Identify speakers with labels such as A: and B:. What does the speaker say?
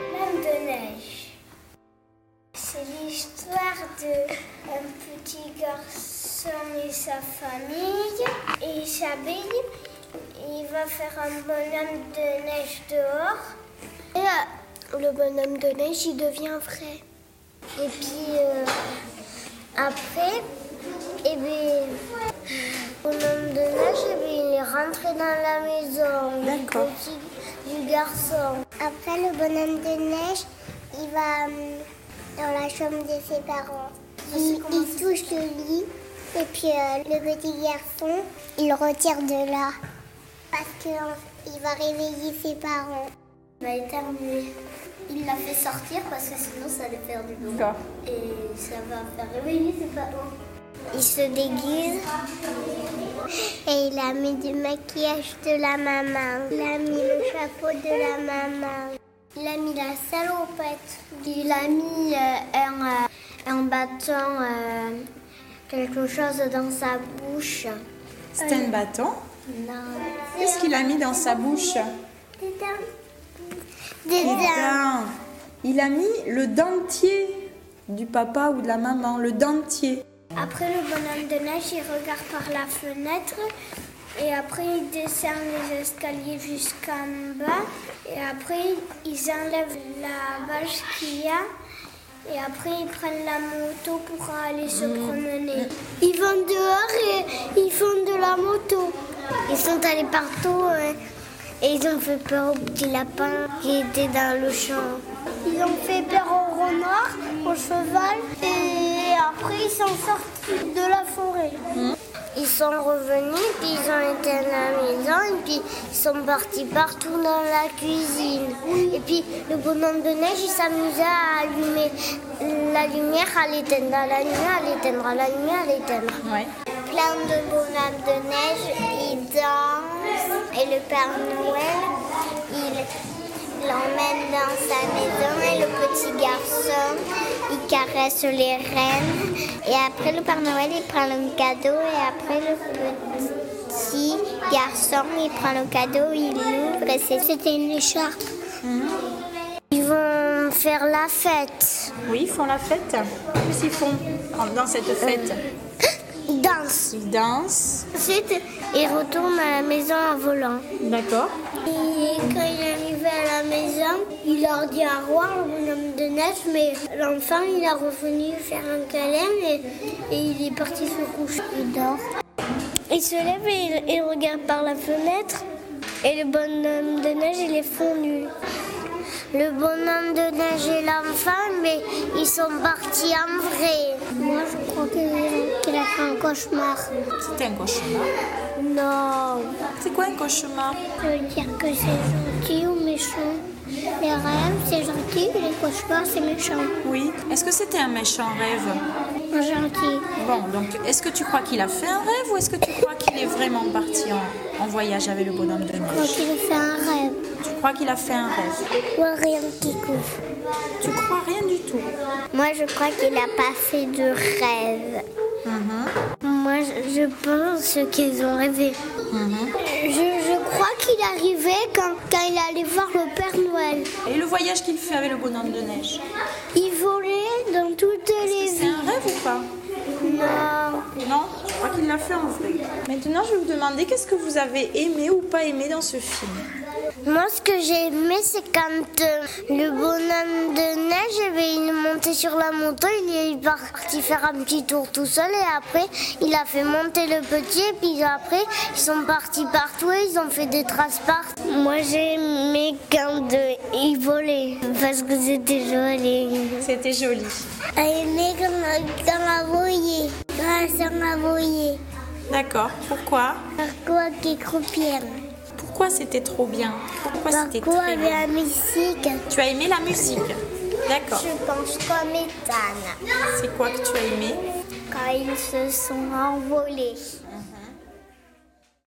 A: L'homme de neige. C'est l'histoire de un petit garçon et sa famille et il s'habille. Il va faire un bonhomme de neige dehors. Et euh, le bonhomme de neige, il devient vrai. Et puis euh, après, eh ben, le bonhomme de neige, eh ben, il est rentré dans la maison du
B: D'accord.
A: petit- du garçon. Après, le bonhomme de neige, il va euh, dans la chambre de ses parents. Il, touche le lit et puis euh, le petit garçon, il retire de là parce qu'il va réveiller ses parents. Il va éternuer. Il l'a fait sortir parce que sinon ça allait faire du bruit.
B: D'accord.
A: Et ça va faire réveiller ses parents. Il se déguise et il a mis du maquillage de la maman. Il a mis le chapeau de la maman. Il a mis la salopette. Il a mis euh, un, euh, un bâton, euh, quelque chose dans sa bouche.
B: C'était un bâton.
A: Non.
B: Qu'est-ce qu'il a mis dans sa bouche
A: Des dents.
B: Des dents. Il a mis le dentier du papa ou de la maman, le dentier.
A: Après le bonhomme de neige, il regarde par la fenêtre et après il descend les escaliers jusqu'en bas et après ils enlèvent la vache qu'il y a et après ils prennent la moto pour aller se promener. Ils vont dehors et ils font de la moto. Ils sont allés partout hein. et ils ont fait peur au petit lapin qui était dans le champ. Ils ont fait peur au renard, au cheval, et après ils sont sortis de la forêt. Ils sont revenus, puis ils ont été à la maison, et puis ils sont partis partout dans la cuisine. Et puis le bonhomme de neige, il s'amusait à allumer la lumière, à l'éteindre, à la nuit, à l'éteindre, à la nuit, à l'éteindre
B: Ouais.
A: plein de bonhommes de neige, ils dansent et le Père Noël, il l'emmène dans sa maison et le petit garçon, il caresse les rennes et après le Père Noël, il prend le cadeau et après le petit garçon, il prend le cadeau, il l'ouvre et c'est- c'était une écharpe. Ils vont faire la fête.
B: Oui, ils font la fête. Euh. Qu'est-ce qu'ils font en- dans cette fête
A: Ils dansent.
B: Ils dansent.
A: Ensuite, ils retournent à la maison en volant.
B: D'accord.
A: Et quand il arrivait à la maison, il leur dit au revoir au bonhomme de neige, mais l'enfant il est revenu faire un câlin et, et il est parti se coucher. Il dort. Il se lève et il, il regarde par la fenêtre et le bonhomme de neige il est fondu. Le bonhomme de neige et l'enfant, mais ils sont partis en vrai. Moi je crois qu'il a fait un cauchemar.
B: C'était un cauchemar.
A: Non.
B: C'est quoi un cauchemar
A: Ça veut Euh, dire que c'est gentil ou méchant. Les rêves, c'est gentil, les cauchemars, c'est méchant.
B: Oui. Est-ce que c'était un méchant rêve
A: Gentil.
B: Bon, donc est-ce que tu crois qu'il a fait un rêve ou est-ce que tu crois qu'il est vraiment parti en, en voyage avec le bonhomme de neige
A: Quand il fait un rêve,
B: Tu crois qu'il a fait un rêve
A: voit rien qui couvre.
B: Tu crois rien du tout
A: Moi, je crois qu'il a pas fait de rêve. Moi, je- je pense qu'ils ont rêvé. Je, je crois qu'il arrivait quand, quand il allait voir le Père Noël.
B: Et le voyage qu'il fait avec le bonhomme de neige
A: Il volait dans toutes les
B: C'est un rêve ou pas
A: villes. Non.
B: Non, je crois qu'il l'a fait en vrai. Maintenant, je vais vous demander qu'est-ce que vous avez aimé ou pas aimé dans ce film.
A: Moi, ce que j'ai aimé, c'est quand euh, le bonhomme de neige, eh bien, il est monté sur la moto, il est parti faire un petit tour tout seul et après, il a fait monter le petit et puis après, ils sont partis partout et ils ont fait des traces partout. Moi, j'ai aimé quand ils volaient parce que c'était joli.
B: C'était joli.
A: J'ai aimé quand, on a voyé, quand on a voyé,
B: D'accord. Pourquoi
A: par quoi qui croupière,
B: Pourquoi c'était trop bien Pourquoi c'était très bien
A: musique.
B: Tu as aimé la musique D'accord.
A: Je pense comme Ethan
B: C'est quoi que tu as aimé
A: um quand ils se sont envolés.